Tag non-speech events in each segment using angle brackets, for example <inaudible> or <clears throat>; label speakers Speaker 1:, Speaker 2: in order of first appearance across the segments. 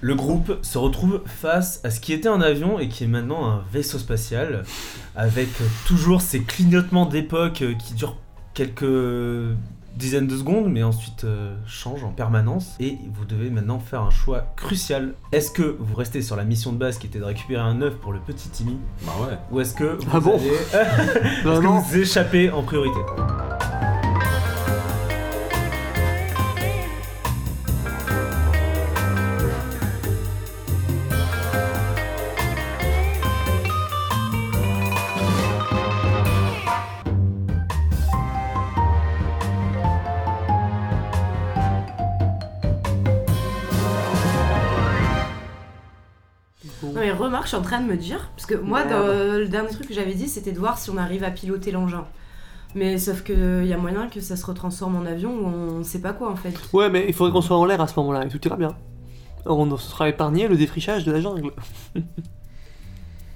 Speaker 1: Le groupe se retrouve face à ce qui était un avion et qui est maintenant un vaisseau spatial, avec toujours ces clignotements d'époque euh, qui durent quelques dizaines de secondes, mais ensuite euh, changent en permanence. Et vous devez maintenant faire un choix crucial. Est-ce que vous restez sur la mission de base qui était de récupérer un œuf pour le petit Timmy,
Speaker 2: Bah ouais.
Speaker 1: ou est-ce que vous
Speaker 3: Ah bon Ah
Speaker 1: allez- est-ce que
Speaker 3: Vraiment
Speaker 1: vous échappez en priorité
Speaker 4: Non mais remarque, je suis en train de me dire, parce que moi,
Speaker 3: Merde.
Speaker 4: dans- le dernier truc que j'avais dit, c'était de voir si on arrive à piloter l'engin. Mais sauf que il y a moyen que ça se retransforme en avion ou on sait pas quoi en fait.
Speaker 3: Ouais, mais il faudrait qu'on soit en l'air à ce moment-là et tout ira bien. On sera épargné le défrichage de la jungle.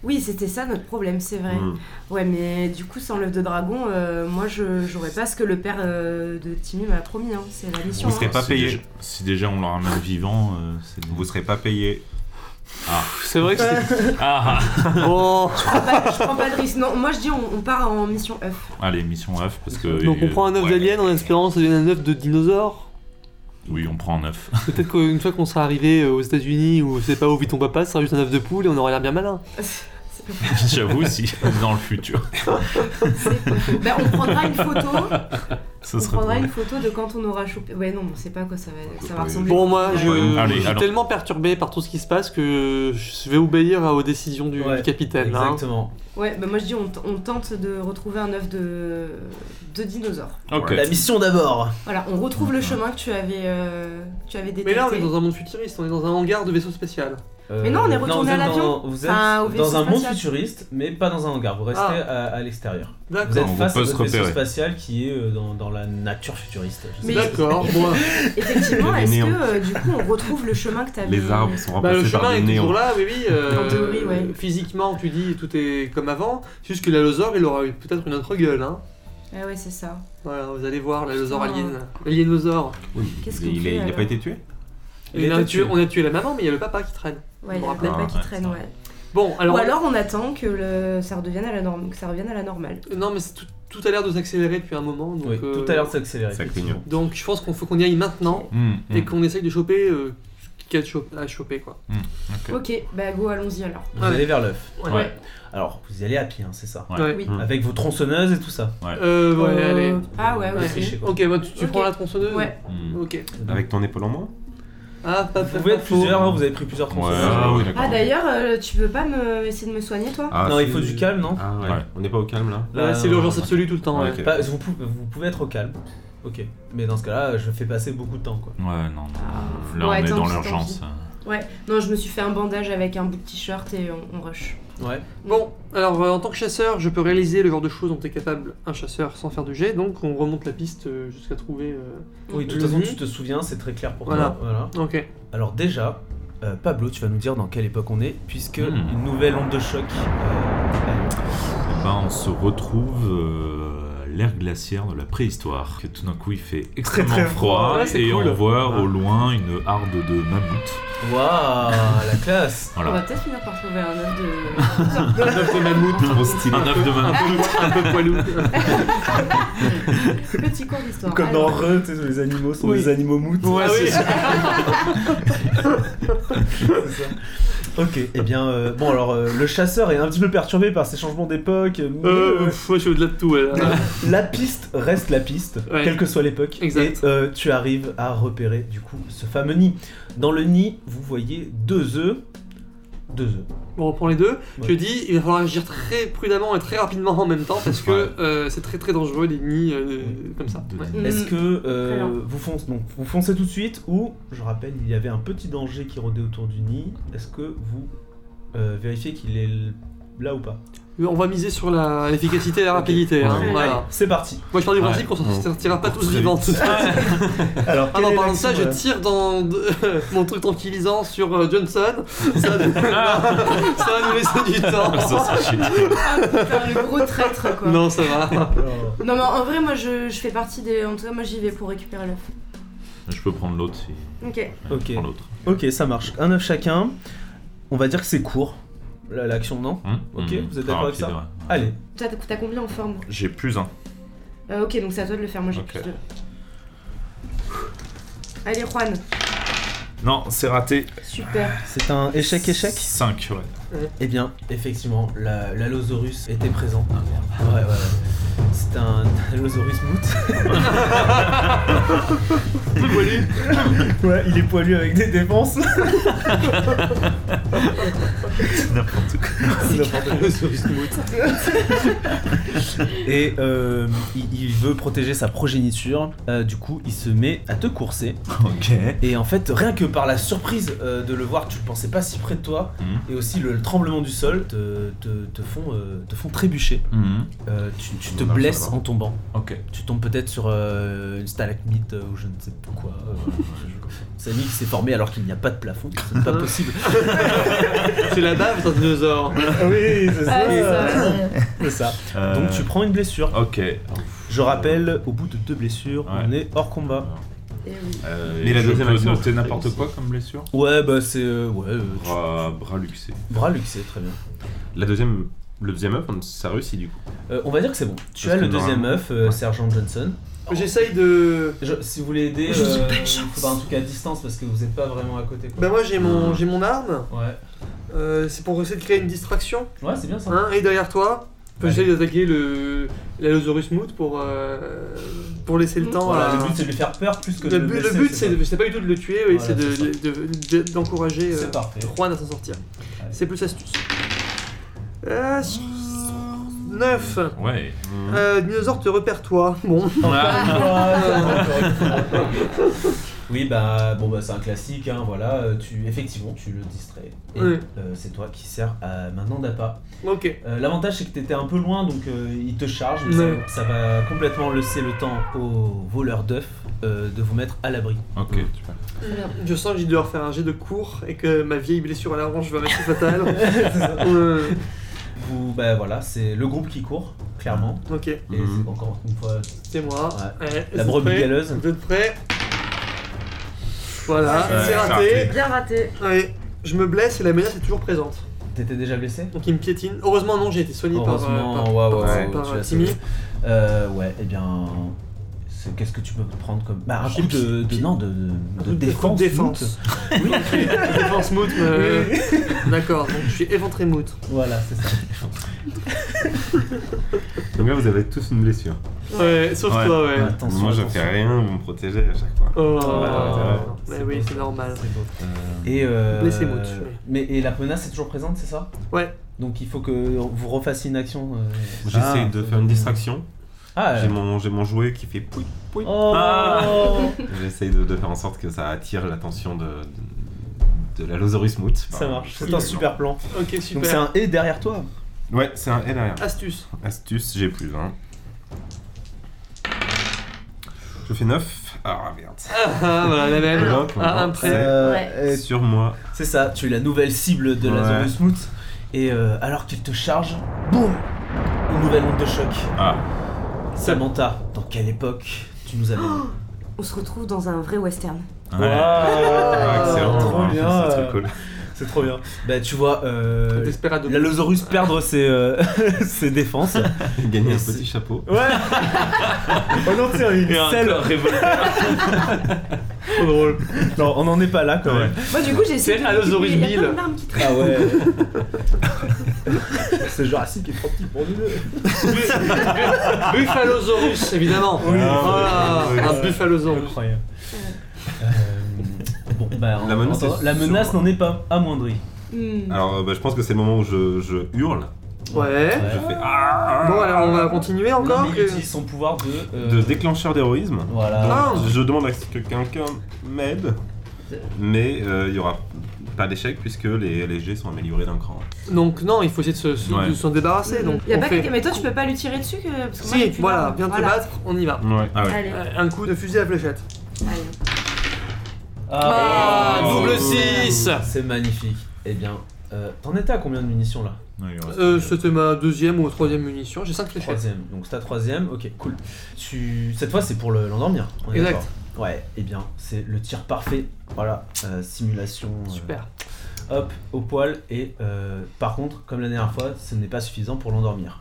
Speaker 4: Oui, c'était ça notre problème, c'est vrai.
Speaker 3: Hmm.
Speaker 2: Mm.
Speaker 4: Ouais, mais du coup, sans l'œuf de dragon, euh, moi, je j'aurais pas ce que le père euh, de Timmy m'a promis. Hein. C'est la mission.
Speaker 2: Vous
Speaker 4: hein.
Speaker 2: serez pas
Speaker 5: Si
Speaker 2: payé.
Speaker 5: déjà- Si déjà on le ramène vivant, euh, c'est.
Speaker 2: Vous serez pas payé.
Speaker 3: C'est vrai que c'est.
Speaker 5: Ah
Speaker 3: <laughs> Oh
Speaker 4: Ah bah, je prends pas de risque. Non, moi, je dis, on, on part en mission œuf.
Speaker 5: <laughs> Allez, mission œuf, parce que.
Speaker 3: Donc on
Speaker 5: euh,
Speaker 3: prend un œuf
Speaker 5: ouais.
Speaker 3: d'alien en espérant que ça devienne un œuf de dinosaure.
Speaker 5: Oui, on prend un œuf. <laughs>
Speaker 3: Peut-être qu'une fois qu'on sera arrivé euh, aux États-Unis ou je sais pas où vit ton papa, ce sera juste un œuf de poule et on aura l'air bien malin.
Speaker 5: J'avoue, si. Dans le futur.
Speaker 4: <laughs> Ben, on prendra une photo.
Speaker 5: Ça
Speaker 4: On
Speaker 5: serait.
Speaker 4: prendra
Speaker 5: drôle.
Speaker 4: une photo de quand on aura chopé. Ouais, non, on sait pas à quoi ça va, ça va
Speaker 2: Oui.
Speaker 4: ressembler.
Speaker 3: Bon, moi, je,
Speaker 2: Ouais,
Speaker 3: je
Speaker 5: allez,
Speaker 3: suis
Speaker 5: allons.
Speaker 3: tellement perturbé par tout ce qui se passe que je vais obéir aux décisions du,
Speaker 1: Ouais,
Speaker 3: du capitaine. hein.
Speaker 1: Exactement.
Speaker 4: Ouais, bah moi je dis on, t- on tente de retrouver un œuf de, de dinosaure.
Speaker 5: Ok.
Speaker 1: La mission d'abord.
Speaker 4: Voilà, on retrouve le chemin que tu avais, euh, que tu avais détecté.
Speaker 3: Mais là, on est dans un monde futuriste, on est dans un hangar de vaisseau spatial.
Speaker 1: Euh,
Speaker 4: Mais non, on est retourné
Speaker 1: vous
Speaker 4: à
Speaker 1: êtes
Speaker 4: l'avion.
Speaker 1: dans- Vous êtes
Speaker 4: Enfin,
Speaker 1: dans
Speaker 4: au vaisseau
Speaker 1: un monde
Speaker 4: spatial. Ah.
Speaker 1: futuriste, mais pas dans un hangar. Vous restez à, à l'extérieur. Vous
Speaker 3: D'accord.
Speaker 1: êtes
Speaker 5: on
Speaker 1: face
Speaker 5: peut
Speaker 1: à
Speaker 5: se
Speaker 1: votre vaisseau
Speaker 5: repérer.
Speaker 1: spatial qui est euh, dans, dans la nature futuriste. Je sais
Speaker 4: Mais-
Speaker 1: pas.
Speaker 3: D'accord, bon.
Speaker 4: Effectivement,
Speaker 2: Il y a
Speaker 4: est-ce
Speaker 2: des
Speaker 4: que
Speaker 2: néons.
Speaker 4: euh, du coup on retrouve le chemin que euh, tu avais
Speaker 2: Les arbres sont
Speaker 3: Bah, le
Speaker 2: remplacés
Speaker 3: chemin
Speaker 2: par des
Speaker 3: est toujours
Speaker 2: néons.
Speaker 3: là, oui, oui. euh,
Speaker 4: En théorie, ouais.
Speaker 3: Physiquement, tu dis tout est comme avant, c'est juste que l'allosaure, il aura eu peut-être une autre gueule. Hein.
Speaker 4: Ah ouais, c'est ça.
Speaker 3: Voilà, vous allez voir l'allosaure
Speaker 4: Putain.
Speaker 3: alien. Alienosaure.
Speaker 2: Oui,
Speaker 4: Qu'est-ce
Speaker 2: il,
Speaker 4: qu'on
Speaker 2: il a-
Speaker 4: fait,
Speaker 2: il a
Speaker 4: alors
Speaker 2: pas été tué
Speaker 1: Il
Speaker 3: Et on
Speaker 1: était
Speaker 3: a tué-
Speaker 1: tué.
Speaker 3: on a tué la maman, mais il y a le papa qui traîne.
Speaker 4: Ouais, il y
Speaker 3: Bon,
Speaker 4: a
Speaker 3: après,
Speaker 4: le papa
Speaker 5: ah,
Speaker 4: qui
Speaker 5: ouais,
Speaker 4: traîne,
Speaker 5: ça.
Speaker 4: ouais.
Speaker 3: Bon, alors.
Speaker 4: Ou alors on attend que le... ça redevienne à la norme, que ça revienne à la normale.
Speaker 3: euh, Non, mais c'est tout, tout a l'air de s'accélérer depuis un moment. Donc,
Speaker 1: Oui,
Speaker 3: euh,
Speaker 1: tout à l'heure s'accélérer.
Speaker 5: Ça clignote.
Speaker 3: Donc je pense qu'on faut qu'on y aille maintenant
Speaker 5: Hmm, hmm,
Speaker 3: et qu'on essaye de choper euh, ce qu'il y a de cho- à choper quoi.
Speaker 5: Ok.
Speaker 4: Ok, bah go, allons-y alors.
Speaker 1: Vous
Speaker 3: Ouais.
Speaker 1: allez vers l'œuf.
Speaker 3: Ouais.
Speaker 5: Ouais.
Speaker 1: Alors, vous y allez à pied, hein, c'est ça.
Speaker 5: Ouais.
Speaker 3: Ouais.
Speaker 4: Oui.
Speaker 5: Hmm.
Speaker 1: Avec vos tronçonneuses et tout ça.
Speaker 3: Euh, ouais,
Speaker 4: Euh,
Speaker 3: allez.
Speaker 4: Ah ouais,
Speaker 1: Vous
Speaker 4: ouais.
Speaker 1: trichez, quoi.
Speaker 3: Ok, bah, tu, tu
Speaker 4: Ok.
Speaker 3: prends la tronçonneuse
Speaker 4: Ouais.
Speaker 5: Hmm.
Speaker 3: Ok.
Speaker 2: Avec ton épaule en moins
Speaker 3: Ah, pas
Speaker 1: Vous pouvez être plusieurs, hein, vous avez pris plusieurs
Speaker 5: Ouais,
Speaker 1: tronçonneuses.
Speaker 5: ah oui, d'accord.
Speaker 4: Ah d'ailleurs, euh, tu veux pas me... essayer de me soigner toi
Speaker 2: Ah,
Speaker 1: Non, il
Speaker 2: c'est-
Speaker 1: faut du calme, non
Speaker 2: Ah ouais.
Speaker 5: Ouais.
Speaker 2: On n'est pas au calme là
Speaker 4: Ah
Speaker 1: Là,
Speaker 3: c'est
Speaker 5: Ah,
Speaker 3: l'urgence absolue tout le temps.
Speaker 2: Ouais,
Speaker 3: ouais.
Speaker 2: ok.
Speaker 1: Pas- vous, pouvez, vous pouvez être au calme. Ok. Mais dans ce cas-là, je fais passer beaucoup de temps, quoi.
Speaker 5: Ouais, non, non.
Speaker 4: Ah.
Speaker 5: Là,
Speaker 4: Ouais,
Speaker 5: on est
Speaker 4: tant
Speaker 5: dans
Speaker 4: pis, tant
Speaker 5: l'urgence.
Speaker 4: Ouais, non, je me suis fait un bandage avec un bout de t-shirt et on, on rush.
Speaker 1: Ouais.
Speaker 3: Bon, alors euh, en tant que chasseur, je peux réaliser le genre de choses dont est capable un chasseur sans faire de jet, donc on remonte la piste euh, jusqu'à trouver. euh,
Speaker 1: Oui, de toute
Speaker 3: Mhm.
Speaker 1: façon, tu te souviens, c'est très clair pour
Speaker 3: Voilà.
Speaker 1: toi. Voilà.
Speaker 3: Ok.
Speaker 1: Alors déjà, euh, Pablo, tu vas nous dire dans quelle époque on est, puisque
Speaker 5: Hmm.
Speaker 1: une nouvelle onde de choc. euh, arrive.
Speaker 5: Eh ben, on se retrouve euh, à l'ère glaciaire de la préhistoire. Que tout d'un coup, il fait extrêmement
Speaker 1: très
Speaker 5: froid
Speaker 3: Ouais, c'est
Speaker 5: et
Speaker 3: cool.
Speaker 5: on voit
Speaker 2: Ah.
Speaker 5: au loin une harde de mammouth.
Speaker 1: Waouh, la <laughs> classe
Speaker 4: On va
Speaker 5: Voilà.
Speaker 4: peut-être finir par trouver un œuf de.
Speaker 3: Un œuf <laughs> de mammouth.
Speaker 5: Trop stylé. Un œuf de
Speaker 3: Un
Speaker 5: mammouth.
Speaker 3: peu, un peu poilou.
Speaker 4: Petit cours d'histoire. Alors,
Speaker 1: Re, tu sais, les animaux sont
Speaker 3: Oui.
Speaker 1: animaux moutes.
Speaker 3: Ah oui.
Speaker 1: <laughs> c'est ça. Ok, et bien, euh, bon alors, euh, le chasseur est un petit peu perturbé par ces changements d'époque, mais
Speaker 3: <laughs> Euh,
Speaker 1: euh,
Speaker 3: pff, moi je suis au-delà de <laughs> tout. ouais, là.
Speaker 1: la piste reste la piste,
Speaker 3: Ouais.
Speaker 1: quelle que soit l'époque. Et
Speaker 3: Exact.
Speaker 1: euh, tu arrives à repérer, du coup, ce fameux nid. Dans le nid, vous voyez deux œufs. Deux œufs.
Speaker 3: On reprend les deux. Je
Speaker 1: Ouais.
Speaker 3: dis, il va falloir agir très prudemment et très rapidement en même temps parce que
Speaker 5: Ouais.
Speaker 3: euh, c'est très très dangereux les nids euh, comme ça.
Speaker 5: Ah. De-
Speaker 3: Ouais.
Speaker 4: Mm.
Speaker 1: Est-ce que euh,
Speaker 4: Très bien.
Speaker 1: vous, foncez, donc, vous foncez tout de suite ou, je rappelle, il y avait un petit danger qui rôdait autour du nid. Est-ce que vous euh, vérifiez qu'il est l- là ou pas
Speaker 3: On va miser sur la- l'efficacité et la
Speaker 1: Ok.
Speaker 3: rapidité. hein,
Speaker 2: Ouais.
Speaker 3: voilà.
Speaker 1: Allez, c'est parti.
Speaker 3: Moi je pars du
Speaker 5: Ouais.
Speaker 3: principe qu'on s'en
Speaker 2: On-
Speaker 3: sortira pas
Speaker 2: on
Speaker 3: tous
Speaker 2: très
Speaker 3: <laughs> vivants.
Speaker 1: Alors,
Speaker 3: Ah
Speaker 1: quelle
Speaker 3: non,
Speaker 1: est
Speaker 3: parlant de ça, je
Speaker 1: l'action, là
Speaker 3: tire dans <laughs> mon truc tranquillisant sur euh, Johnson.
Speaker 1: <laughs>
Speaker 3: Ça,
Speaker 1: Ah.
Speaker 3: ça va nous laisser du temps.
Speaker 5: Ah, ça, c'est chiant.
Speaker 4: ah, putain, le gros traître quoi.
Speaker 3: Non, ça va.
Speaker 1: Alors,
Speaker 4: Non, mais en vrai, moi je, je fais partie des. En tout cas, moi j'y vais pour récupérer l'œuf.
Speaker 5: Je peux prendre l'autre si. Ouais,
Speaker 4: Ok.
Speaker 5: je
Speaker 1: Ok.
Speaker 5: prends l'autre.
Speaker 1: Ok, ça marche. Un œuf chacun. On va dire que c'est court, la- l'action, non
Speaker 5: Hum,
Speaker 1: Ok,
Speaker 5: hum,
Speaker 1: vous êtes
Speaker 5: très
Speaker 1: d'accord avec
Speaker 5: rapide,
Speaker 1: ça
Speaker 5: ouais.
Speaker 1: Allez,
Speaker 4: Toi, t'as t'as combien en forme
Speaker 5: J'ai plus un.
Speaker 4: Euh, Ok, donc c'est à toi de le faire, moi j'ai
Speaker 5: Ok.
Speaker 4: plus de. Allez, Juan,
Speaker 5: Non, c'est raté.
Speaker 4: super.
Speaker 1: c'est un échec-échec
Speaker 5: 5, ouais.
Speaker 1: Eh bien, effectivement, la- l'Allosaurus était présent. Ah, Ouais, ouais, ouais. C'est un Allosaurus mout. ouais, il est poilu avec des dépenses.
Speaker 5: N'importe quoi.
Speaker 1: Et euh, il, il veut protéger sa progéniture. Euh, du coup, il se met à te courser.
Speaker 5: Ok.
Speaker 1: Et en fait, rien que par la surprise euh, de le voir, tu le pensais pas si près de toi. Et
Speaker 5: Mhm.
Speaker 1: aussi le, le tremblement du sol te, te- te font, euh, te font trébucher.
Speaker 5: Hum,
Speaker 1: Euh, tu, tu te
Speaker 2: Dommage,
Speaker 1: blesses
Speaker 2: ça va.
Speaker 1: en tombant.
Speaker 5: Ok.
Speaker 1: Tu tombes peut-être sur euh, une stalagmite euh, ou je ne sais plus quoi. euh, C'est un ami qui s'est formé alors qu'il n'y a pas de plafond, c'est pas possible.
Speaker 3: C'est la bave d'un dinosaure.
Speaker 1: oui, <laughs> c'est
Speaker 4: Ah, c'est ça.
Speaker 1: C'est ça.
Speaker 5: Euh,
Speaker 1: Donc tu prends une blessure.
Speaker 5: Ok.
Speaker 1: Je rappelle, au bout de deux blessures,
Speaker 5: Ouais.
Speaker 1: on est hors combat.
Speaker 4: Et eh oui.
Speaker 5: Euh,
Speaker 2: Mais la
Speaker 5: je
Speaker 2: deuxième
Speaker 5: peux
Speaker 2: action,
Speaker 5: noter
Speaker 2: c'est
Speaker 5: n'importe
Speaker 2: aussi.
Speaker 5: quoi comme blessure
Speaker 1: Ouais, bah c'est. euh, ouais, euh, tu-
Speaker 5: Bras, Ah, bras luxé.
Speaker 1: bras luxé, très bien.
Speaker 2: La deuxième, le deuxième œuf, on- ça réussit du coup.
Speaker 1: Euh, on va dire que c'est bon. Tu
Speaker 2: Parce
Speaker 1: as le
Speaker 2: que
Speaker 1: deuxième œuf, euh, Sergent Johnson.
Speaker 3: J'essaye de.
Speaker 1: Je- si vous voulez aider,
Speaker 4: Je
Speaker 1: euh,
Speaker 4: n'ai pas de
Speaker 1: faut faire un truc à distance parce que vous n'êtes pas vraiment à côté. Quoi.
Speaker 3: Bah, moi j'ai mon, j'ai mon arme.
Speaker 1: Ouais,
Speaker 3: Euh, c'est pour essayer de créer une distraction.
Speaker 1: ouais c'est bien ça.
Speaker 3: Hein, et derrière toi, Enfin, j'essaye d'attaquer le. L'Allosaurus Moot pour. euh, pour laisser le temps
Speaker 1: Voilà,
Speaker 3: à.
Speaker 1: le but c'est de lui faire peur plus que
Speaker 3: Le
Speaker 1: de
Speaker 3: but, le
Speaker 1: blesser,
Speaker 3: but, c'est
Speaker 1: ça.
Speaker 3: de- c'est pas du tout de le tuer, oui,
Speaker 1: Voilà,
Speaker 3: c'est de-
Speaker 1: c'est
Speaker 3: de- de- d'encourager euh,
Speaker 1: C'est parfait.
Speaker 3: Juan à s'en sortir.
Speaker 1: Allez.
Speaker 3: C'est plus astuce. Euh, 9.
Speaker 5: Ouais.
Speaker 2: Mmh.
Speaker 3: Euh, dinosaure te repère toi. Bon. <laughs>
Speaker 1: Oui, bah, bon, bah, c'est un classique, hein, voilà. euh, Tu, effectivement, tu le distrais. Et
Speaker 3: Oui.
Speaker 1: euh, c'est toi qui sers à, maintenant d'appât.
Speaker 3: Ok.
Speaker 1: Euh, L'avantage, c'est que t'étais un peu loin, donc euh, il te charge. mais
Speaker 3: Ouais.
Speaker 1: ça, ça va complètement laisser le temps aux voleurs d'œufs euh, de vous mettre à
Speaker 3: <laughs>
Speaker 1: l'abri.
Speaker 5: Ok.
Speaker 4: Très bien.
Speaker 3: Je sens que j'ai dû leur faire un jet de cours et que ma vieille blessure à la hanche va m'être fatale.
Speaker 1: <laughs> C'est ça.
Speaker 3: Euh,
Speaker 1: Vous, bah, voilà, c'est le groupe qui court, clairement.
Speaker 3: ok,
Speaker 1: Et
Speaker 2: Mhm.
Speaker 1: c'est encore une fois
Speaker 3: c'est moi.
Speaker 1: Ouais.
Speaker 3: Ouais, vous
Speaker 1: la
Speaker 3: êtes
Speaker 1: brebis
Speaker 3: prêts
Speaker 1: galeuse.
Speaker 3: Vous êtes prêts Voilà,
Speaker 4: Ouais,
Speaker 3: c'est
Speaker 5: c'est
Speaker 3: raté.
Speaker 4: Bien raté.
Speaker 3: Ouais, je me blesse et la menace est toujours présente.
Speaker 1: T'étais déjà blessé
Speaker 3: Donc il me piétine. Heureusement, non, j'ai été soigné par, euh,
Speaker 1: Heureusement,
Speaker 3: par,
Speaker 1: waouh,
Speaker 3: par-
Speaker 1: waouh,
Speaker 3: par
Speaker 1: tu l'as
Speaker 3: Timmy.
Speaker 1: sauvé. Euh, ouais, eh bien. c'est- Qu'est-ce que tu peux prendre comme. Bah, un
Speaker 3: J'ai
Speaker 1: coup de, de-
Speaker 3: pi-
Speaker 1: Non, de, de-
Speaker 3: Un
Speaker 1: de
Speaker 3: coup de-
Speaker 1: défense.
Speaker 3: coup de défense. <laughs>
Speaker 1: moot. Oui,
Speaker 3: Défense moot, euh, <laughs> D'accord, donc je suis éventré moot.
Speaker 1: voilà, c'est ça.
Speaker 2: Donc là, vous avez tous une blessure.
Speaker 3: Ouais, sauf
Speaker 5: Ouais.
Speaker 3: toi, ouais.
Speaker 1: Attention,
Speaker 2: Moi, je
Speaker 1: attention.
Speaker 2: fais rien, vous me protégez à chaque fois.
Speaker 3: Oh,
Speaker 1: C'est
Speaker 3: ouais,
Speaker 1: beau,
Speaker 3: oui,
Speaker 1: ça.
Speaker 3: c'est normal.
Speaker 1: C'est beau.
Speaker 5: Euh,
Speaker 1: Et. Euh,
Speaker 3: Blessé moot, oui.
Speaker 1: Mais et la menace est toujours présente, c'est ça
Speaker 3: Ouais.
Speaker 1: Donc il faut que vous refassiez une action. euh,
Speaker 2: J'essaie
Speaker 1: ah.
Speaker 2: de faire une distraction.
Speaker 1: Ah,
Speaker 2: J'ai mon, j'ai mon jouet qui fait <laughs> pouit pouit.
Speaker 1: Oh
Speaker 2: Ah J'essaie de, de faire en sorte que ça attire l'attention de, de, de la Losaurus Moot.
Speaker 1: Ça marche, c'est un super plan. Donc
Speaker 3: Ok,
Speaker 1: c'est
Speaker 3: super.
Speaker 1: un et derrière toi.
Speaker 2: Ouais, c'est un L derrière.
Speaker 3: Astuce.
Speaker 2: Astuce, j'ai plus hein. 20. Je fais 9. Ah merde.
Speaker 3: Ah, ah, voilà, la même.
Speaker 2: Ah,
Speaker 3: Ah, un
Speaker 2: ouais.
Speaker 3: prêt.
Speaker 1: Euh,
Speaker 4: Ouais.
Speaker 1: et
Speaker 2: Sur moi.
Speaker 1: C'est ça, tu es la nouvelle cible de la
Speaker 2: Ouais.
Speaker 1: zone de Smoot. Et euh, alors qu'il te charge, boum Une nouvelle onde de choc.
Speaker 5: Ah.
Speaker 1: Samantha, dans quelle époque tu nous amènes
Speaker 4: On se retrouve dans un vrai western.
Speaker 5: Ouais.
Speaker 2: Ah, excellent.
Speaker 1: Trop
Speaker 2: Ouais,
Speaker 1: bien
Speaker 2: C'est
Speaker 1: <laughs>
Speaker 2: trop cool.
Speaker 1: C'est trop bien. Bah tu vois, euh,
Speaker 3: Desperado.
Speaker 1: l'Allosaurus perdre ses, euh, <laughs> ses défenses.
Speaker 2: Gagner
Speaker 1: Et
Speaker 2: un
Speaker 1: c'est-
Speaker 2: petit chapeau.
Speaker 1: Ouais On en tire une
Speaker 5: Et un
Speaker 1: selle.
Speaker 5: corps révolté.
Speaker 1: Trop drôle. Non, on n'en est pas là quand même.
Speaker 4: Moi, du coup, j'ai essayé.
Speaker 3: C'est
Speaker 4: de me
Speaker 3: Allosaurus
Speaker 4: récupérer. Il y a
Speaker 3: Bill.
Speaker 4: plein de larmes qui traînent.
Speaker 1: Ah ouais <laughs> C'est Jurassic est trop petit pour nous deux.
Speaker 3: Buffalosaurus, évidemment.
Speaker 1: Oui.
Speaker 3: Voilà,
Speaker 2: Oui.
Speaker 3: un Buffalosaurus.
Speaker 1: Incroyable. Euh, bon, bah,
Speaker 2: La
Speaker 1: en-
Speaker 2: menace
Speaker 1: en-
Speaker 2: est
Speaker 1: la
Speaker 2: sur-
Speaker 1: menace n'en est pas amoindrie.
Speaker 4: Hmm.
Speaker 2: Alors, euh, bah, je pense que c'est le moment où je, je hurle.
Speaker 3: Ouais.
Speaker 1: Bah,
Speaker 2: Je fais ah,
Speaker 3: Bon, alors on va continuer
Speaker 1: Non,
Speaker 3: encore.
Speaker 1: mais il
Speaker 3: que-
Speaker 1: utilise son pouvoir de. euh,
Speaker 2: de déclencheur d'héroïsme.
Speaker 1: Voilà.
Speaker 3: Ah.
Speaker 2: Donc, je demande à ce que quelqu'un m'aide, mais euh, il y n'y aura pas d'échec puisque les, les jets sont améliorés d'un cran.
Speaker 3: Donc, non, il faut essayer de se- se-
Speaker 5: Ouais.
Speaker 3: de s'en débarrasser. Donc,
Speaker 4: Il y a
Speaker 3: on
Speaker 4: pas
Speaker 3: fait-
Speaker 4: que- Mais toi, tu peux pas lui tirer dessus que... parce que moi,
Speaker 3: Si,
Speaker 4: j'ai plus
Speaker 3: voilà,
Speaker 4: d'armes.
Speaker 3: viens te
Speaker 4: Voilà.
Speaker 3: battre, on y va.
Speaker 5: Ouais.
Speaker 2: Ah ouais.
Speaker 4: Allez,
Speaker 3: Euh, Un coup de fusil à fléchette.
Speaker 4: allez.
Speaker 3: Ah,
Speaker 1: Oh.
Speaker 3: double 6
Speaker 1: C'est magnifique. Eh bien, euh, t'en étais à combien de munitions là
Speaker 5: Ouais, il reste-
Speaker 3: euh, C'était ma deuxième ou troisième munition, j'ai 5 fléchettes.
Speaker 1: Troisième. Donc c'est ta troisième. Ok, cool. Tu... Cette fois, c'est pour le- l'endormir. on est
Speaker 3: Exact.
Speaker 1: d'accord. Ouais, eh bien, c'est le tir parfait. Voilà, euh, simulation. euh,
Speaker 3: Super.
Speaker 1: hop, au poil. Et euh, par contre, comme la dernière fois, ce n'est pas suffisant pour l'endormir.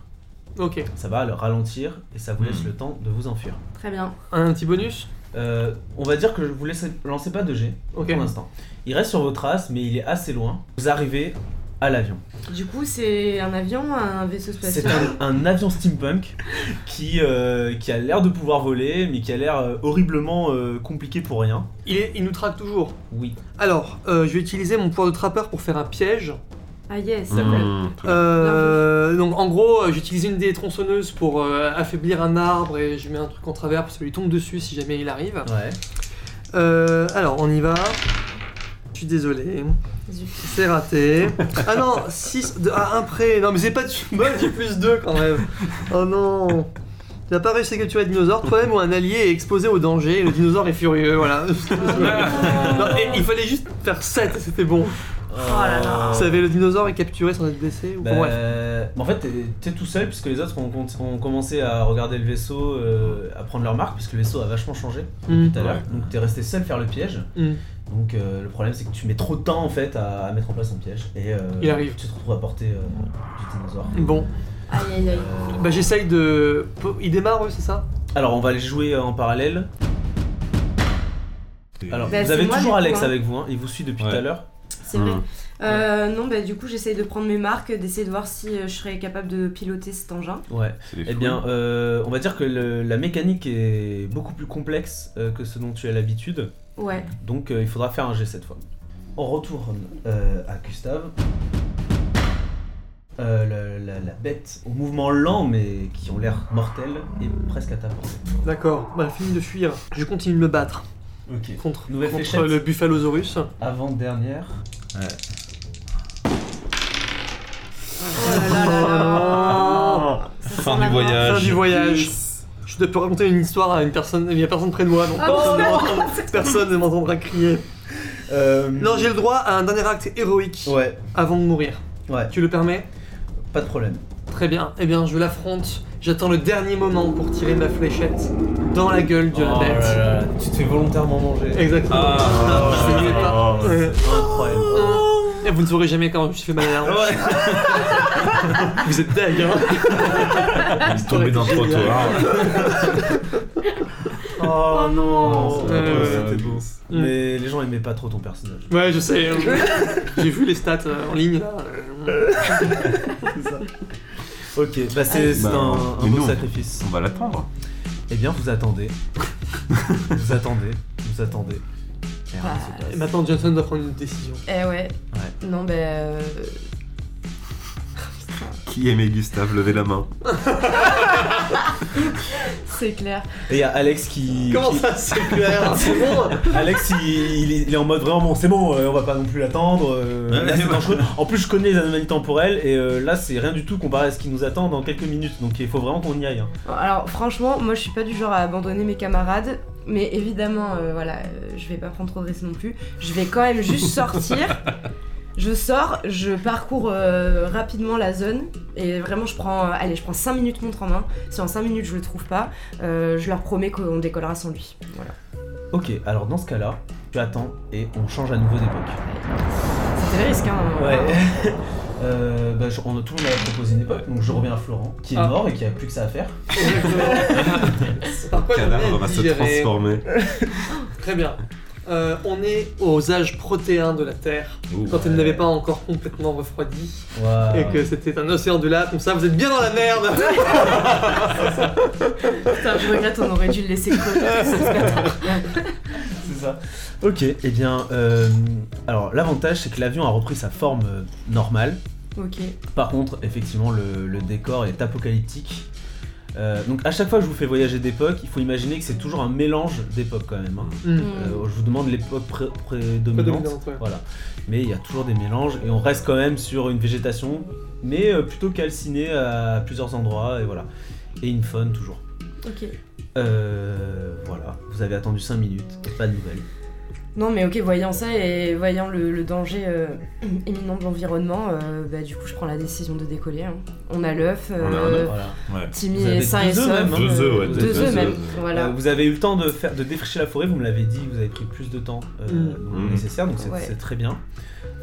Speaker 3: Ok.
Speaker 1: Ça va le ralentir et ça vous laisse
Speaker 5: Hmm.
Speaker 1: le temps de vous enfuir.
Speaker 4: Très bien.
Speaker 3: Un petit bonus
Speaker 1: Euh, on va dire que je vous laisse lancer pas de jet
Speaker 3: Ok.
Speaker 1: pour l'instant. Il reste sur vos traces, mais il est assez loin. Vous arrivez à l'avion.
Speaker 4: Du coup, c'est un avion, un vaisseau
Speaker 1: C'est
Speaker 4: spatial.
Speaker 1: un, un avion steampunk qui, euh, qui a l'air de pouvoir voler, mais qui a l'air euh, horriblement euh, compliqué pour rien.
Speaker 3: Il, est- il nous traque toujours.
Speaker 1: Oui.
Speaker 3: Alors, euh, je vais utiliser mon pouvoir de trappeur pour faire un piège.
Speaker 4: Ah yes.
Speaker 2: Mmh, tout-
Speaker 3: Euh, donc, en gros, euh, j'utilise une des tronçonneuses pour euh, affaiblir un arbre et je mets un truc en travers pour que ça lui tombe dessus si jamais il arrive.
Speaker 1: Ouais.
Speaker 3: Euh, alors, on y va. Je suis désolé.
Speaker 4: Zut.
Speaker 3: C'est raté. Ah non, 6 à 1 près. Non, mais c'est pas de bol, j'ai plus 2 quand même. Oh non. Tu n'as pas réussi à capturer un dinosaure, toi-même ou un allié est exposé au danger et le dinosaure est furieux, voilà. Non, et il fallait juste faire 7, c'était bon.
Speaker 4: Oh là là.
Speaker 3: Vous savez, le dinosaure est capturé sans être blessé ou
Speaker 1: Bah,
Speaker 3: bon, bref.
Speaker 1: En fait, t'es- t'es tout seul puisque les autres ont, con- ont commencé à regarder le vaisseau, euh, à prendre leur marque, puisque le vaisseau a vachement changé
Speaker 3: Hmm.
Speaker 1: tout à l'heure. Donc t'es resté seul faire le piège.
Speaker 3: Hmm.
Speaker 1: Donc euh, le problème c'est que tu mets trop de temps en fait à, à mettre en place un piège. Et euh,
Speaker 3: Il arrive.
Speaker 1: tu te retrouves à porter euh, du dinosaure.
Speaker 3: Bon,
Speaker 4: Aïe aïe aïe.
Speaker 1: Euh,
Speaker 3: bah j'essaye de. Il démarre, eux, c'est ça
Speaker 1: Alors on va les jouer euh, en parallèle. Alors
Speaker 4: Bah,
Speaker 1: vous
Speaker 4: c'est
Speaker 1: avez
Speaker 4: moi,
Speaker 1: toujours
Speaker 4: du coup,
Speaker 1: Alex
Speaker 4: hein.
Speaker 1: avec vous, hein. il vous suit depuis
Speaker 2: Ouais.
Speaker 1: tout à l'heure.
Speaker 4: C'est vrai.
Speaker 2: Mmh.
Speaker 4: Euh, non, bah du coup, j'essaye de prendre mes marques, d'essayer de voir si euh, je serais capable de piloter cet engin.
Speaker 1: Ouais.
Speaker 2: C'est des
Speaker 1: Eh
Speaker 2: fous.
Speaker 1: bien, euh, on va dire que le- la mécanique est beaucoup plus complexe euh, que ce dont tu as l'habitude.
Speaker 4: Ouais.
Speaker 1: Donc euh, il faudra faire un G cette fois. On retourne euh, à Gustave. Euh, la, la- la bête, au mouvement lent mais qui ont l'air mortels, est presque à ta portée.
Speaker 3: D'accord, bah fini de fuir. Je continue de me battre
Speaker 1: Ok.
Speaker 3: contre,
Speaker 1: Nouvelle
Speaker 3: contre
Speaker 1: fléchette.
Speaker 3: le Buffalosaurus.
Speaker 1: Avant-dernière.
Speaker 4: Oh là là
Speaker 3: <laughs>
Speaker 4: là.
Speaker 1: Ah.
Speaker 4: Ça sent
Speaker 2: Fin
Speaker 4: la
Speaker 2: du
Speaker 4: mort.
Speaker 2: voyage.
Speaker 3: Fin du voyage. Je te peux raconter une histoire à une personne, il n'y a personne près de moi, donc personne, ne m'entend- personne ne m'entendra crier. Non, j'ai le droit à un dernier acte héroïque
Speaker 1: Euh, Ouais,
Speaker 3: avant de mourir.
Speaker 1: ouais,
Speaker 3: Tu le permets
Speaker 1: pas de problème.
Speaker 3: Très bien. Eh bien, je l'affronte. J'attends le dernier moment pour tirer ma fléchette dans la gueule de la
Speaker 1: Oh là
Speaker 3: bête.
Speaker 1: là là, tu te fais volontairement manger.
Speaker 3: Exactement.
Speaker 2: Ah.
Speaker 3: Je sais pas.
Speaker 2: Oh,
Speaker 3: Ouais.
Speaker 1: Incroyable.
Speaker 3: Et vous ne saurez jamais quand je me suis fait mal à la hanche.
Speaker 1: <laughs>
Speaker 3: Vous êtes dingue, hein
Speaker 5: Il est tombé dans le
Speaker 3: Génial.
Speaker 5: trottoir.
Speaker 1: Oh non
Speaker 3: Ouais, ouais,
Speaker 1: euh,
Speaker 2: c'était beau.
Speaker 1: Mais les gens aimaient pas trop ton personnage.
Speaker 3: Ouais, je sais. euh, J'ai vu les stats euh, en ligne. là. Euh,
Speaker 1: Ok, bah c'est c'est
Speaker 2: Bah,
Speaker 1: un, un
Speaker 2: mais
Speaker 1: beau
Speaker 2: non.
Speaker 1: sacrifice.
Speaker 2: On va l'attendre.
Speaker 1: Eh bien, vous <laughs> attendez. vous attendez. Vous attendez. Et rien ne se passe.
Speaker 3: Et maintenant, Johnson doit prendre une décision.
Speaker 4: Eh ouais. Non, bah. euh,
Speaker 2: Qui aimait Gustave Levez la main.
Speaker 4: C'est clair.
Speaker 1: Et il y a Alex qui.
Speaker 3: Comment
Speaker 1: qui-
Speaker 3: ça, c'est clair C'est bon
Speaker 1: Alex, il, il est- il est en mode vraiment bon, c'est bon, euh, on va pas non plus l'attendre. euh,
Speaker 5: Ouais,
Speaker 1: là, c'est
Speaker 5: ouais.
Speaker 1: dangereux. En plus, je connais les anomalies temporelles et euh, là, c'est rien du tout comparé à ce qui nous attend dans quelques minutes. Donc, il faut vraiment qu'on y aille. hein.
Speaker 4: Alors, franchement, moi, je suis pas du genre à abandonner mes camarades. Mais évidemment, euh, voilà, euh, je vais pas prendre trop de risques non plus. Je vais quand
Speaker 1: <laughs>
Speaker 4: même juste sortir. Je sors, je parcours euh, rapidement la zone et vraiment je prends, euh, allez, je prends 5 minutes montre en main. Si en 5 minutes je le trouve pas, euh, je leur promets qu'on décollera sans lui. Voilà.
Speaker 1: Ok, alors dans ce cas-là, tu attends et on change à nouveau d'époque.
Speaker 4: C'était le risque, hein.
Speaker 1: Ouais. <laughs> Euh, bah, je- on a, tout le monde a proposé une époque, donc je reviens à Florent, qui est
Speaker 3: Ah.
Speaker 1: mort et qui a plus que ça à faire.
Speaker 3: Par
Speaker 2: Le
Speaker 3: quoi
Speaker 2: cadavre va se transformer.
Speaker 3: Très bien. Euh, on est aux âges protéins de la Terre.
Speaker 1: Oh.
Speaker 5: Ouh.
Speaker 3: Quand elle n'avait pas encore complètement refroidi
Speaker 1: Waouh.
Speaker 3: et que c'était un océan de lac, comme ça, vous êtes bien dans la merde.
Speaker 4: Putain, je regrette, on aurait dû le laisser
Speaker 1: <laughs>
Speaker 4: crever.
Speaker 1: C'est ça. Ok, et bien, euh, alors l'avantage c'est que l'avion a repris sa forme euh, normale.
Speaker 4: ok.
Speaker 1: Par contre, effectivement, le, le décor est apocalyptique. Euh, donc à chaque fois que je vous fais voyager d'époque, il faut imaginer que c'est toujours un mélange d'époque quand même. hein.
Speaker 3: Hmm.
Speaker 1: Euh, je vous demande l'époque pré- prédominante.
Speaker 3: Prédominante, ouais.
Speaker 1: Voilà. Mais il y a toujours des mélanges et on reste quand même sur une végétation, mais euh, plutôt calcinée à plusieurs endroits et voilà. Et une faune toujours.
Speaker 4: Ok.
Speaker 1: Euh, voilà, vous avez attendu 5 minutes et pas de nouvelles.
Speaker 4: Non, mais ok, voyant ça et voyant le, le danger euh, <clears throat> imminent de l'environnement, euh, bah, du coup, je prends la décision de décoller. hein. On a l'œuf,
Speaker 2: On a un
Speaker 4: euh,
Speaker 1: Voilà.
Speaker 5: Ouais.
Speaker 1: Vous
Speaker 4: Timmy
Speaker 1: avez
Speaker 4: est sain et
Speaker 1: deux œufs,
Speaker 4: sauf.
Speaker 1: même, hein.
Speaker 5: Deux œufs, ouais,
Speaker 4: Deux
Speaker 5: deux
Speaker 4: œufs,
Speaker 5: œufs.
Speaker 4: même, voilà.
Speaker 1: Euh, vous avez eu le temps de, faire, de défricher la forêt, vous me l'avez dit, vous avez pris plus de temps euh,
Speaker 3: Mm.
Speaker 1: donc
Speaker 2: Mm.
Speaker 1: nécessaire, donc c'est
Speaker 4: Ouais.
Speaker 1: c'est très bien.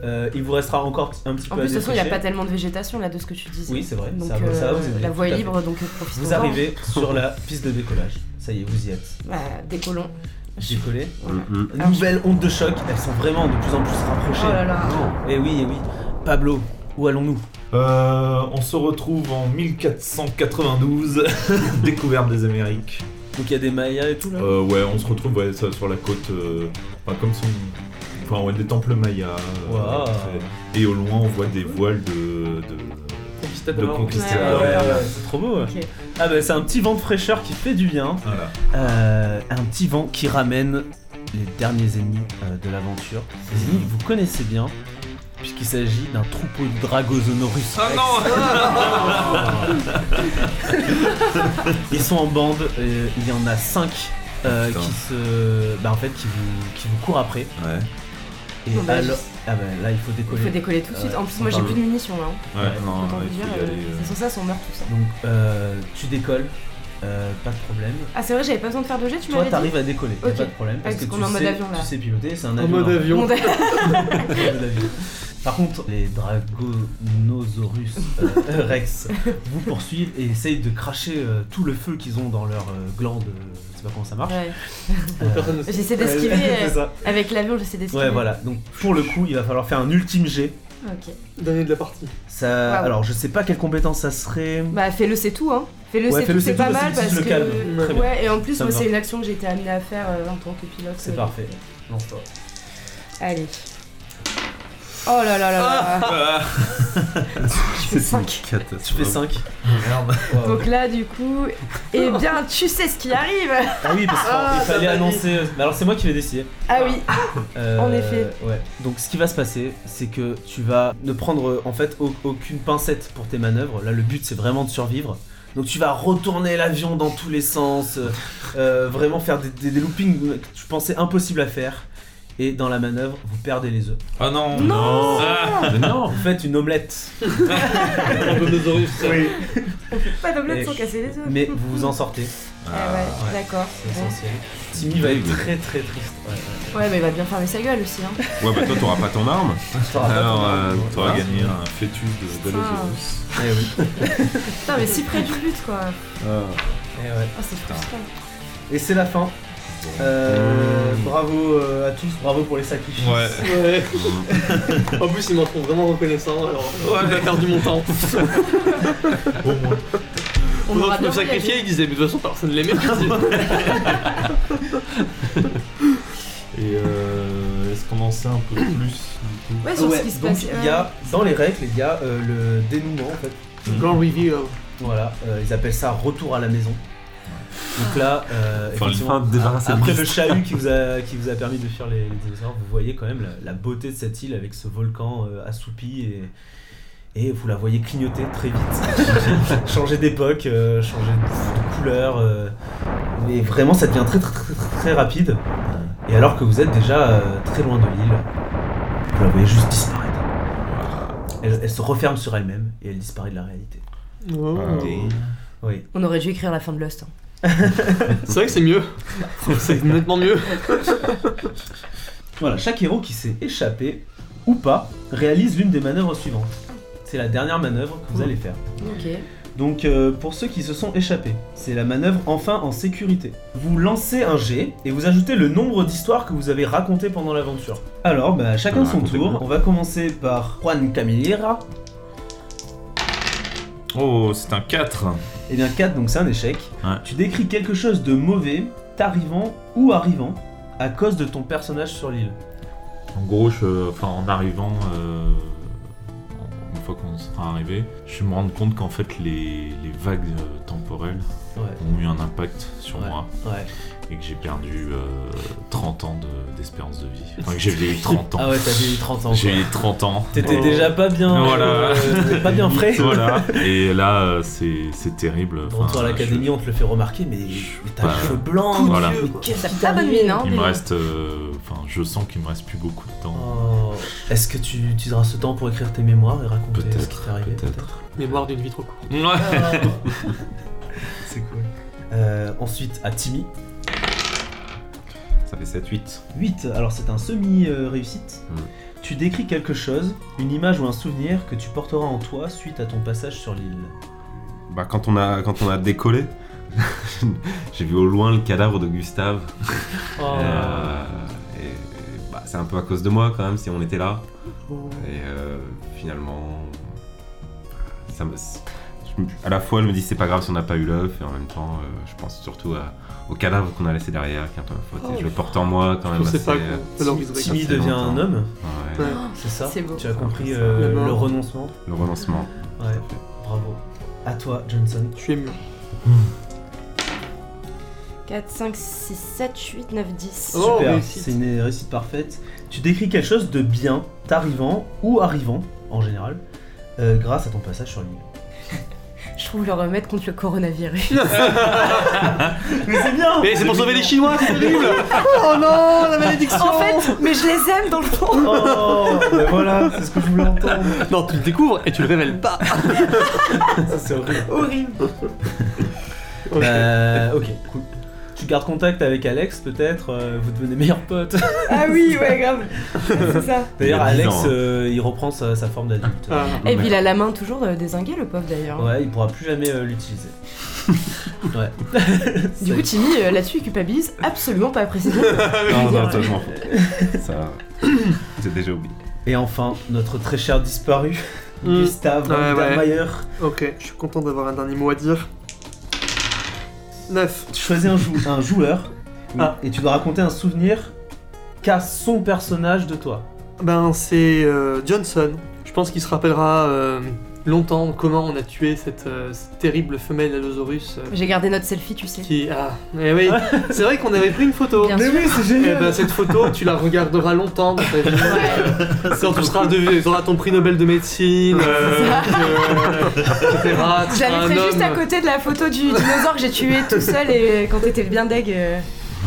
Speaker 1: Euh, il vous restera encore un petit
Speaker 4: En
Speaker 1: peu
Speaker 4: plus, de toute
Speaker 1: à
Speaker 4: façon, il n'y a
Speaker 1: défricher.
Speaker 4: pas tellement de végétation là de ce que tu disais.
Speaker 1: Oui, c'est vrai,
Speaker 4: Donc,
Speaker 1: ça, va- ça va,
Speaker 4: euh,
Speaker 1: vous êtes-
Speaker 4: la voie
Speaker 1: tout
Speaker 4: est
Speaker 1: à fait.
Speaker 4: libre, donc profitons.
Speaker 1: Vous arrivez <laughs> sur la piste de décollage. Ça y est, vous y êtes.
Speaker 4: Bah, décollons.
Speaker 1: Décollé.
Speaker 4: Voilà.
Speaker 2: Mm,
Speaker 4: Alors,
Speaker 1: Nouvelle onde de choc, elles sont vraiment de plus en plus rapprochées.
Speaker 4: Oh là là.
Speaker 1: Et oui, et oui. Pablo, où allons-nous
Speaker 5: Euh, on se retrouve en 1492, <laughs> découverte des Amériques.
Speaker 1: Donc il y a des mayas et tout là
Speaker 5: Euh, ouais, on se retrouve ouais, ça, sur la côte, euh, enfin, comme son, enfin ouais, des temples mayas. euh,
Speaker 1: Waouh.
Speaker 5: très- Et au loin, on voit des voiles de, de- de
Speaker 1: Conquistador.
Speaker 5: conquistadors.
Speaker 1: Ah Ouais, ouais,
Speaker 4: Ouais,
Speaker 1: ouais, c'est trop beau. ouais.
Speaker 4: Ok.
Speaker 1: Ah bah c'est un petit vent de fraîcheur qui fait du bien.
Speaker 5: Voilà.
Speaker 1: Euh, un petit vent qui ramène les derniers ennemis euh, de l'aventure. Les ennemis que vous connaissez bien, puisqu'il s'agit d'un troupeau de Dragozonorus. Rex. <laughs> Ils sont en bande, euh, il y en a 5
Speaker 5: Putain.
Speaker 1: qui se. Bah en fait qui vous, qui vous courent après.
Speaker 5: Ouais.
Speaker 1: Et
Speaker 4: Bon, bah,
Speaker 1: alors-
Speaker 4: juste-
Speaker 1: Ah bah là il faut
Speaker 4: Il
Speaker 1: décoller.
Speaker 4: faut décoller tout de suite.
Speaker 1: Ouais.
Speaker 4: En plus, moi j'ai
Speaker 5: Enfin,
Speaker 4: plus de munitions là. hein.
Speaker 5: Ouais,
Speaker 1: Ah,
Speaker 5: non,
Speaker 4: Autant
Speaker 5: il
Speaker 4: vous dire,
Speaker 5: faut y
Speaker 4: euh,
Speaker 5: aller, euh.
Speaker 4: c'est sans ça, ça, on meurt tous. hein.
Speaker 1: Donc euh, tu décolles, euh, pas de problème.
Speaker 4: Ah, c'est vrai, j'avais pas besoin de faire de jet, tu
Speaker 1: Toi
Speaker 4: m'avais dit.
Speaker 1: t'arrives à décoller, y a
Speaker 4: Ok.
Speaker 1: pas de problème. Parce
Speaker 4: Ah,
Speaker 1: que
Speaker 4: parce
Speaker 1: tu
Speaker 4: qu'on est en mode
Speaker 1: sais,
Speaker 4: avion, là.
Speaker 1: tu sais piloter, c'est un
Speaker 3: En
Speaker 1: avion.
Speaker 3: mode
Speaker 1: <laughs> hein.
Speaker 4: Mon
Speaker 3: avion.
Speaker 4: dé-
Speaker 1: de la vie. Par contre, les Dragonosaurus
Speaker 4: <laughs>
Speaker 1: euh, Rex vous poursuivent et essayent de cracher euh, tout le feu qu'ils ont dans leur euh, glande. euh, je sais pas comment ça marche.
Speaker 4: Ouais.
Speaker 1: Euh,
Speaker 3: Personne ne sait.
Speaker 4: J'essaie d'esquiver.
Speaker 1: <laughs> c'est
Speaker 4: euh,
Speaker 1: ça.
Speaker 4: Avec l'avion, j'essaie d'esquiver.
Speaker 1: Ouais, voilà. Donc pour le coup, il va falloir faire un ultime jet.
Speaker 4: Ok.
Speaker 3: Dernier de la partie.
Speaker 1: Ça,
Speaker 4: Waouh.
Speaker 1: alors je sais pas quelle compétence ça serait.
Speaker 4: Bah, fais-le, c'est tout, hein. Fais-le,
Speaker 1: Ouais,
Speaker 4: c'est
Speaker 1: fais-le,
Speaker 4: tout,
Speaker 1: c'est
Speaker 4: c'est
Speaker 1: tout,
Speaker 4: pas
Speaker 1: parce
Speaker 4: mal
Speaker 1: que tu
Speaker 4: parce
Speaker 1: le
Speaker 4: que.
Speaker 1: calmes. Très bien.
Speaker 4: Ouais, et en plus,
Speaker 1: Ça
Speaker 4: moi,
Speaker 1: me
Speaker 4: c'est
Speaker 1: va.
Speaker 4: une action que j'ai été amenée à faire euh, en tant que pilote.
Speaker 1: C'est
Speaker 4: euh,
Speaker 1: parfait. Lance-toi.
Speaker 4: Allez. Oh là là là là.
Speaker 1: Ah.
Speaker 4: je fais 5.
Speaker 1: <laughs> Tu fais 5.
Speaker 5: Merde.
Speaker 4: Donc là, du coup, eh bien, tu sais ce qui arrive.
Speaker 1: Ah oui, parce qu'il
Speaker 3: Ah, ça
Speaker 1: fallait
Speaker 3: va
Speaker 1: annoncer. euh, mais alors c'est moi qui vais décider.
Speaker 4: Ah oui.
Speaker 1: Euh,
Speaker 4: En effet.
Speaker 1: Ouais. Donc ce qui va se passer, c'est que tu vas ne prendre euh, en fait au- aucune pincette pour tes manœuvres. Là, le but c'est vraiment de survivre. Donc tu vas retourner l'avion dans tous les sens,
Speaker 4: <laughs>
Speaker 1: euh, euh, vraiment faire des, des- des loopings que tu pensais impossible à faire. Et dans la manœuvre, vous perdez les œufs.
Speaker 5: Ah non.
Speaker 4: Non.
Speaker 5: Ah, mais non.
Speaker 1: Vous faites une omelette,
Speaker 3: Dragonosaurus. Oui.
Speaker 4: Pas d'omelette
Speaker 1: Et-
Speaker 4: sans casser les œufs.
Speaker 1: mais vous vous en sortez.
Speaker 4: Ah ouais,
Speaker 1: ouais.
Speaker 4: d'accord.
Speaker 1: C'est essentiel. Timmy va être très très triste. Ouais, ouais.
Speaker 4: Ouais, mais il va bien fermer sa gueule aussi. Hein.
Speaker 2: Ouais, bah toi, t'auras pas ton arme.
Speaker 1: T'auras pas
Speaker 2: Alors,
Speaker 1: ton
Speaker 2: euh,
Speaker 1: arme.
Speaker 5: On va
Speaker 2: t'auras
Speaker 5: gagner un fœtus de Balosaurus.
Speaker 1: Eh oui.
Speaker 4: Putain, mais si près du but, quoi.
Speaker 1: Eh ouais.
Speaker 4: Ah, c'est frustrant.
Speaker 1: Et c'est la fin. Euh, Bravo euh, à tous, bravo pour les sacrifices.
Speaker 5: Ouais.
Speaker 3: Ouais. En plus, ils m'en font vraiment reconnaissant. Alors, ouais, j'ai perdu mon temps.
Speaker 5: Au moins.
Speaker 4: On
Speaker 3: Pendant que
Speaker 4: aura
Speaker 3: je
Speaker 4: bien
Speaker 3: me sacrifiais, ils disaient, mais de toute façon, personne ne l'aimait.
Speaker 5: Et euh, est-ce qu'on en sait un peu plus du coup
Speaker 4: Ouais, sur
Speaker 1: Ouais,
Speaker 4: ce qui se
Speaker 1: donc
Speaker 4: passe. euh.
Speaker 1: il y a dans les règles il y a euh, le dénouement en fait.
Speaker 3: Grand reveal.
Speaker 1: Voilà, euh, ils appellent ça retour à la maison. Donc là, euh,
Speaker 5: Enfin,
Speaker 1: effectivement,
Speaker 5: enfin, débarrasser
Speaker 1: a-
Speaker 5: le
Speaker 1: après le
Speaker 5: mist.
Speaker 1: chahut qui vous a qui vous a permis de fuir les, les dinosaures, vous voyez quand même la, la beauté de cette île avec ce volcan euh, assoupi et et vous la voyez clignoter très vite, changer d'époque, euh, changer de couleur. euh, mais vraiment, ça devient très très très très, très rapide. Euh, Et alors que vous êtes déjà euh, très loin de l'île, vous la voyez juste disparaître. Elle, elle se referme sur elle-même et elle disparaît de la réalité.
Speaker 3: Wow.
Speaker 5: Ah, Euh,
Speaker 1: Oui.
Speaker 4: On aurait dû écrire la fin de Lost. hein.
Speaker 3: C'est vrai que c'est mieux. C'est nettement mieux.
Speaker 1: Voilà, chaque héros qui s'est échappé ou pas réalise l'une des manœuvres suivantes. C'est la dernière manœuvre
Speaker 5: Mmh.
Speaker 1: que vous allez faire.
Speaker 4: Ok.
Speaker 1: Donc euh, pour ceux qui se sont échappés, c'est la manœuvre enfin en sécurité. Vous lancez un G et vous ajoutez le nombre d'histoires que vous avez racontées pendant l'aventure. Alors, bah, chacun
Speaker 2: Ah,
Speaker 1: son
Speaker 2: racontez
Speaker 1: tour.
Speaker 2: quoi
Speaker 1: On va commencer par Juan Camillera.
Speaker 5: Oh, c'est un 4.
Speaker 1: Eh bien 4, donc c'est un échec.
Speaker 5: Ouais.
Speaker 1: Tu décris quelque chose de mauvais, t'arrivant ou arrivant à cause de ton personnage sur l'île.
Speaker 5: En gros, je- enfin, en arrivant, euh, en- une fois qu'on sera arrivé, je me rends compte qu'en fait, les, les vagues euh, temporelles
Speaker 1: Ouais,
Speaker 5: ont eu un impact sur moi
Speaker 1: ouais.
Speaker 5: et que j'ai perdu euh, 30 ans de- d'espérance de vie. Enfin, que j'ai eu 30 ans.
Speaker 1: Ah ouais, t'as eu 30 ans. quoi.
Speaker 5: J'ai eu 30 ans.
Speaker 1: T'étais
Speaker 3: Oh.
Speaker 1: déjà pas bien.
Speaker 5: Voilà.
Speaker 1: euh, pas bien frais.
Speaker 5: <laughs> Voilà. Et là, euh, c'est c'est terrible. Enfin,
Speaker 1: Retour à l'académie, on te le fait remarquer, mais mais t'as
Speaker 5: Bah,
Speaker 1: les cheveux blancs.
Speaker 3: coup de
Speaker 5: voilà.
Speaker 3: vieux,
Speaker 1: Mais
Speaker 3: quoi.
Speaker 1: qu'est-ce
Speaker 4: T'as
Speaker 1: qui
Speaker 4: pas bonne
Speaker 1: t'arrive
Speaker 4: mine, hein
Speaker 5: je- Il me reste. euh, Enfin, je sens qu'il me reste plus beaucoup de temps.
Speaker 1: Oh, Est-ce que tu utiliseras ce temps pour écrire tes mémoires et raconter ce qui t'est
Speaker 5: Peut-être.
Speaker 1: arrivé
Speaker 5: Peut-être.
Speaker 3: Mémoire d'une vie trop courte.
Speaker 1: Ah.
Speaker 5: Ouais.
Speaker 4: Ah.
Speaker 1: <laughs> C'est cool. Euh, ensuite, à Timmy.
Speaker 2: Ça fait 7-8.
Speaker 1: 8, alors c'est un semi-réussite.
Speaker 5: Hmm.
Speaker 2: Mm.
Speaker 1: Tu décris quelque chose, une image ou un souvenir que tu porteras en toi suite à ton passage sur l'île.
Speaker 2: Bah, quand on a, quand on a décollé, <laughs> j'ai vu au loin le cadavre de Gustave.
Speaker 1: Oh
Speaker 2: Euh, et, et, bah, c'est un peu à cause de moi quand même si on était là. Et euh, finalement, ça me- je me- à la fois je me dis c'est pas grave si on n'a pas eu l'œuf et en même temps euh, je pense surtout à- au cadavre qu'on a laissé derrière qui est un peu ma faute. Et je le porte en moi quand même.
Speaker 3: Je sais
Speaker 2: assez,
Speaker 3: pas
Speaker 2: euh,
Speaker 3: quoi. Alors, ils
Speaker 1: Timmy
Speaker 2: Ça fait
Speaker 1: devient
Speaker 2: longtemps.
Speaker 1: un homme,
Speaker 2: ouais,
Speaker 3: Ouais.
Speaker 1: c'est ça
Speaker 4: Ah, C'est beau.
Speaker 1: Tu as compris
Speaker 2: C'est ça.
Speaker 1: euh,
Speaker 3: Vraiment.
Speaker 1: le renoncement
Speaker 2: le renoncement.
Speaker 1: Ouais, bravo. À toi, Johnson.
Speaker 3: Je suis ému.
Speaker 4: 4, 5, 6, 7, 8, 9, 10.
Speaker 3: Oh,
Speaker 1: Super,
Speaker 3: réussite.
Speaker 1: c'est une réussite parfaite. Tu décris quelque chose de bien, t'arrivant ou arrivant en général, euh, grâce à ton passage sur l'île.
Speaker 4: Je trouve le remède contre le
Speaker 1: <laughs>
Speaker 4: coronavirus.
Speaker 1: Mais c'est bien
Speaker 3: Mais Eh, c'est pour sauver les Chinois, c'est terrible <laughs> Oh non, la malédiction
Speaker 4: en fait, mais je les aime dans le fond.
Speaker 1: <laughs> Oh, ben voilà, c'est ce que je voulais entendre.
Speaker 3: Non, tu le découvres et tu le révèles pas
Speaker 1: Ça, c'est horrible.
Speaker 4: Horrible.
Speaker 1: <laughs>
Speaker 3: Ok.
Speaker 1: Euh, ok, cool. Tu gardes contact avec Alex, peut-être euh, Vous devenez meilleurs potes.
Speaker 4: <laughs> Ah oui, ouais, grave. Ouais, c'est
Speaker 3: <laughs>
Speaker 4: ça.
Speaker 1: D'ailleurs,
Speaker 2: Il y a dix
Speaker 1: Alex,
Speaker 2: ans, hein.
Speaker 1: euh, il reprend sa, sa forme d'adulte.
Speaker 3: Ah.
Speaker 4: Et puis il a la main toujours euh, désinguée, le pauvre d'ailleurs.
Speaker 1: Ouais, il pourra plus jamais euh, <laughs> l'utiliser. Ouais.
Speaker 4: Du coup, Timmy, euh, là-dessus, il culpabilise absolument
Speaker 3: <laughs>
Speaker 4: pas précisément.
Speaker 2: Non, non, ça je m'en fous. Ça, j'ai déjà oublié.
Speaker 1: Et enfin, notre très cher
Speaker 3: <laughs>
Speaker 1: disparu,
Speaker 3: Hmm.
Speaker 1: Gustave
Speaker 3: Ouais, ouais.
Speaker 1: Mayer.
Speaker 3: Ok, je suis content d'avoir un dernier mot à dire. 9.
Speaker 1: Tu choisis un, jou- un joueur
Speaker 3: Oui.
Speaker 1: Ah, et tu dois raconter un souvenir qu'a son personnage de toi.
Speaker 3: Ben, c'est euh, Johnson. Je pense qu'il se rappellera euh, longtemps comment on a tué cette, euh, cette terrible femelle Allosaurus. euh,
Speaker 4: J'ai gardé notre selfie, tu sais.
Speaker 3: qui. Ah, eh
Speaker 4: <laughs>
Speaker 3: oui, c'est vrai qu'on avait pris une photo.
Speaker 4: Bien sûr.
Speaker 1: oui, c'est
Speaker 3: Eh ben, cette photo, tu la regarderas longtemps dans ta vie.
Speaker 4: <laughs>
Speaker 3: Euh, Quand tu seras devenu, t'auras ton prix Nobel de
Speaker 4: <laughs>
Speaker 3: médecine, euh, que- etc. tu
Speaker 4: Je
Speaker 3: seras
Speaker 4: la
Speaker 3: un
Speaker 4: mettrais juste à
Speaker 3: homme.
Speaker 4: côté de la photo du dinosaure que j'ai tué tout seul et euh, quand t'étais bien deg. euh,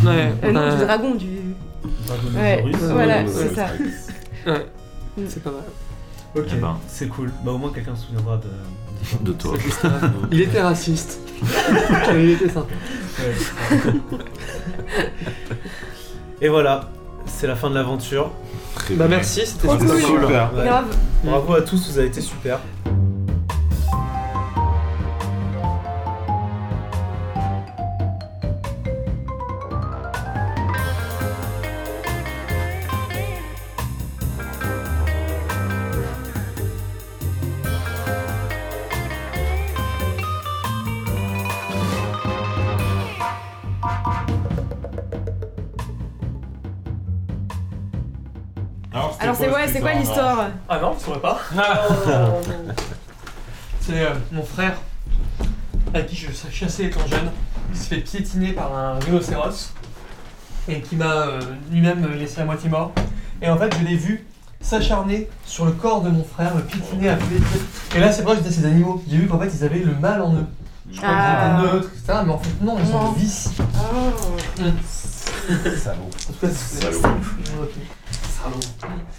Speaker 3: Ouais,
Speaker 4: euh, non, du
Speaker 3: euh,
Speaker 4: dragon, du. Ouais,
Speaker 1: Dragonosaurus.
Speaker 4: voilà,
Speaker 2: Euh,
Speaker 4: c'est ça.
Speaker 3: c'est pas mal.
Speaker 1: Ok,
Speaker 5: Eh ben.
Speaker 1: c'est cool. Bah au moins quelqu'un se souviendra de. de-
Speaker 5: <laughs> De toi.
Speaker 3: C'est juste un- Il était
Speaker 4: <laughs>
Speaker 3: raciste. Il était sympa.
Speaker 1: Ouais. Et voilà, c'est la fin de l'aventure.
Speaker 5: Très
Speaker 3: Bah
Speaker 5: bien.
Speaker 3: merci, c'était
Speaker 4: Trop
Speaker 3: super
Speaker 4: cool.
Speaker 3: sympa.
Speaker 2: Super.
Speaker 1: Ouais.
Speaker 4: Grave.
Speaker 1: Bravo à tous, vous avez été super.
Speaker 4: Alors, c'est ouais, c'est quoi l'histoire
Speaker 3: Ah non, je saurais pas. C'est euh, mon frère, à qui je chassais étant jeune, qui se fait piétiner par un rhinocéros et qui m'a euh, lui-même euh, laissé à moitié mort. Et en fait, je l'ai vu s'acharner sur le corps de mon frère, le piétiner à tous les coups. Et là, c'est vrai, j'étais ces animaux. J'ai vu qu'en fait, ils avaient le mal en eux. Je croyais
Speaker 4: Ah.
Speaker 3: qu'ils étaient neutres, etc. Mais en fait, non, ils ont
Speaker 4: Non.
Speaker 3: le vice.
Speaker 4: Oh.
Speaker 3: En tout cas, c'est.
Speaker 2: Salaud.
Speaker 3: Ok. Salaud.